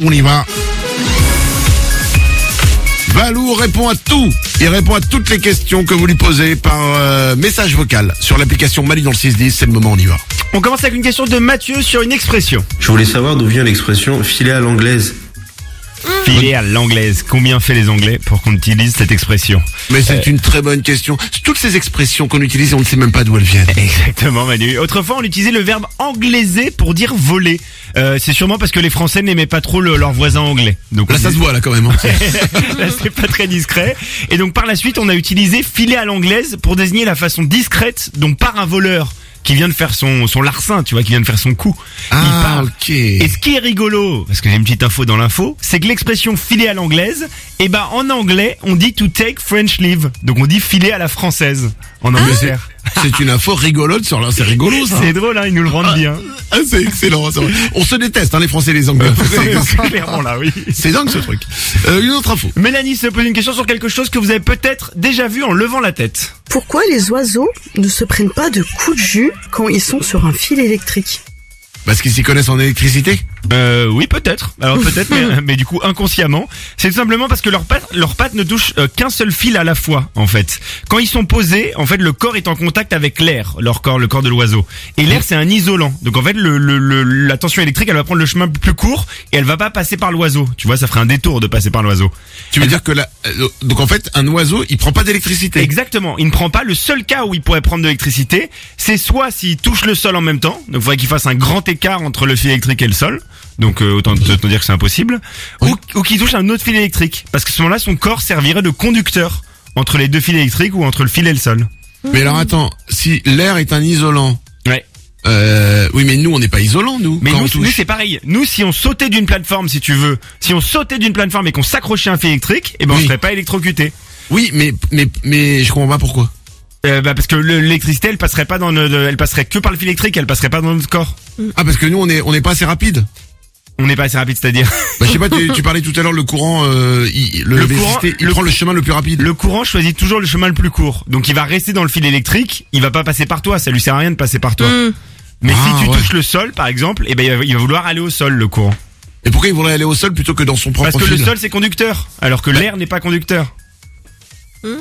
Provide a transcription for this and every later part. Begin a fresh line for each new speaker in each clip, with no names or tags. On y va. Valou répond à tout. Il répond à toutes les questions que vous lui posez par euh, message vocal sur l'application Mali dans le 610. C'est le moment, on y va.
On commence avec une question de Mathieu sur une expression.
Je voulais savoir d'où vient l'expression filer à l'anglaise.
Filer à l'anglaise. Combien fait les Anglais pour qu'on utilise cette expression
Mais c'est
Euh.
une très bonne question. Toutes ces expressions qu'on utilise, on ne sait même pas d'où elles viennent.
Eh, Exactement, Manu. Autrefois, on utilisait le verbe anglaiser pour dire voler. Euh, c'est sûrement parce que les Français n'aimaient pas trop le- leurs voisins anglais. Donc, on
Là, ça se voit, là, quand même. hein.
eh. Là, c'est pas très discret. Et donc, par la suite, on a utilisé filer à l'anglaise pour désigner la façon discrète dont part un voleur qui vient de faire son, son larcin, tu vois, qui vient de faire son coup. Il
Ah,
part.
ok.
Et ce qui est rigolo, parce que j'ai une petite info dans l'info, c'est que l'expression filer à l'anglaise, eh ben, en anglais, on dit to take French leave. Donc, on dit filer à la française, en Angleterre.
C'est une info rigolote sur là. C'est rigolo, ça.
C'est drôle, hein, ils nous le rendent bien.
Ah, c'est excellent. ça. On se déteste, hein, les Français et les Anglais.
Euh, C'est clairement là, oui.
C'est dingue, ce truc. Euh, une autre info.
Mélanie se pose une question sur quelque chose que vous avez peut-être déjà vu en levant la tête.
Pourquoi les oiseaux ne se prennent pas de coups de jus quand ils sont sur un fil électrique
Parce qu'ils s'y connaissent en électricité
Euh, oui, peut-être. Alors peut-être, mais, mais du coup inconsciemment, c'est tout simplement parce que leurs pattes, leurs pattes ne touchent euh, qu'un seul fil à la fois, en fait. Quand ils sont posés, en fait, le corps est en contact avec l'air, leur corps, le corps de l'oiseau. Et l'air, c'est un isolant. Donc en fait, le, le- le- la tension électrique, elle va prendre le chemin plus court et elle va pas passer par l'oiseau. Tu vois, ça ferait un détour de passer par l'oiseau.
Tu veux
Eh.
dire que là, euh, donc en fait, un oiseau, il prend pas d'électricité.
Exactement. Il ne prend pas le seul cas où il pourrait prendre de l'électricité. C'est soit s'il touche le sol en même temps. Donc, il faudrait qu'il fasse un grand écart entre le fil électrique et le sol. Donc, euh, autant te te dire que c'est impossible.
Oui.
Ou, ou qu'il touche un autre fil électrique. Parce que à ce moment-là, son corps servirait de conducteur entre les deux fils électriques ou entre le fil et le sol.
Mais alors attends, si l'air est un isolant,
Ouais.
euh, oui mais nous on n'est pas isolants nous.
Mais
quand
nous,
on
nous,
touche.
c'est pareil. Nous, si on sautait d'une plateforme, si tu veux, si on sautait d'une plateforme et qu'on s'accrochait à un fil électrique, eh ben, on
Oui.
serait pas électrocuté.
Oui mais mais mais je comprends pas pourquoi.
Euh, bah, parce que le- l'électricité, elle passerait pas dans notre, elle passerait que par le fil électrique, elle passerait pas dans notre corps.
Ah parce que nous on est on n'est pas assez rapide.
On n'est pas assez rapide, c'est-à-dire.
Bah, je sais pas, tu, tu parlais tout à l'heure le courant, euh, il, le,
Le
l'électricité,
courant,
il
le-
prend le chemin le plus rapide.
Le courant choisit toujours le chemin le plus court. Donc il va rester dans le fil électrique, il va pas passer par toi, ça lui sert à rien de passer par toi. Mais
Mm. Ah,
si tu
ouais.
touches le sol, par exemple, eh ben, il va- il va vouloir aller au sol, le courant.
Et pourquoi il voudrait aller au sol plutôt que dans son propre
Parce que le
fil
sol, c'est conducteur. Alors que l'air n'est pas conducteur.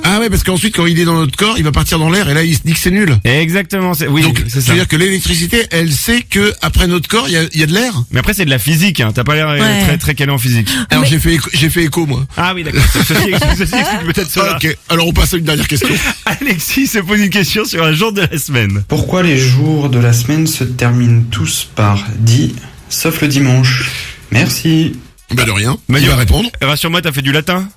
Ah ouais parce qu'ensuite quand il est dans notre corps, il va partir dans l'air et là il se dit que c'est nul.
Exactement, c'est, oui,
Donc
c'est
ça
ça.
veut dire que l'électricité, elle sait que après notre corps, il y a, il y a de l'air.
Mais après, c'est de la physique, hein. T'as pas l'air euh,
Ouais.
très, très calé en physique.
Alors j'ai fait écho- j'ai fait écho moi.
Ah oui, d'accord. Ceci, ceci explique peut-être cela.
Ok. Alors on passe à une dernière question.
Alexis se pose une question sur un jour de la semaine.
Pourquoi les jours de la semaine se terminent tous par dit, sauf le dimanche Merci.
bah de rien.
Manu-
il va répondre.
Rassure-moi, t'as fait du latin?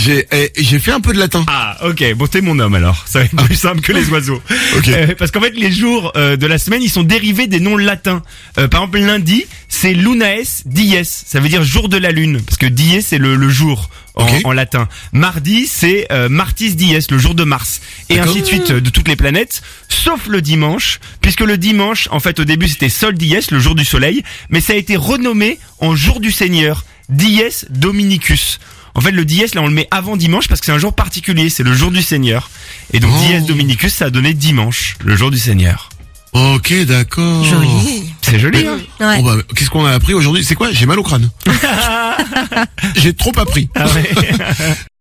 J'ai eh, j'ai fait un peu de latin.
Ah, ok. Bon, t'es mon homme alors. Ça va être plus simple que les oiseaux.
Ok.
Euh, parce qu'en fait, les jours euh, de la semaine, ils sont dérivés des noms latins. Euh, par exemple, lundi, c'est lunaes dies. Ça veut dire jour de la lune. Parce que dies, c'est le, le jour en,
Ok.
en latin. Mardi, c'est euh, martis dies, le jour de Mars. Et
D'accord.
ainsi de suite euh, de toutes les planètes, sauf le dimanche. Puisque le dimanche, en fait, au début, c'était sol dies, le jour du soleil. Mais ça a été renommé en jour du Seigneur. Dies Dominicus. En fait, le dies, là, on le met avant dimanche parce que c'est un jour particulier. C'est le jour du Seigneur. Et donc,
Oh.
dies Dominicus, ça a donné dimanche, le jour du Seigneur.
Ok, d'accord.
Joli.
C'est joli, hein
Ouais.
Bon, bah, Qu'est-ce qu'on a appris aujourd'hui C'est quoi J'ai mal au crâne. J'ai trop appris.
Ah ouais.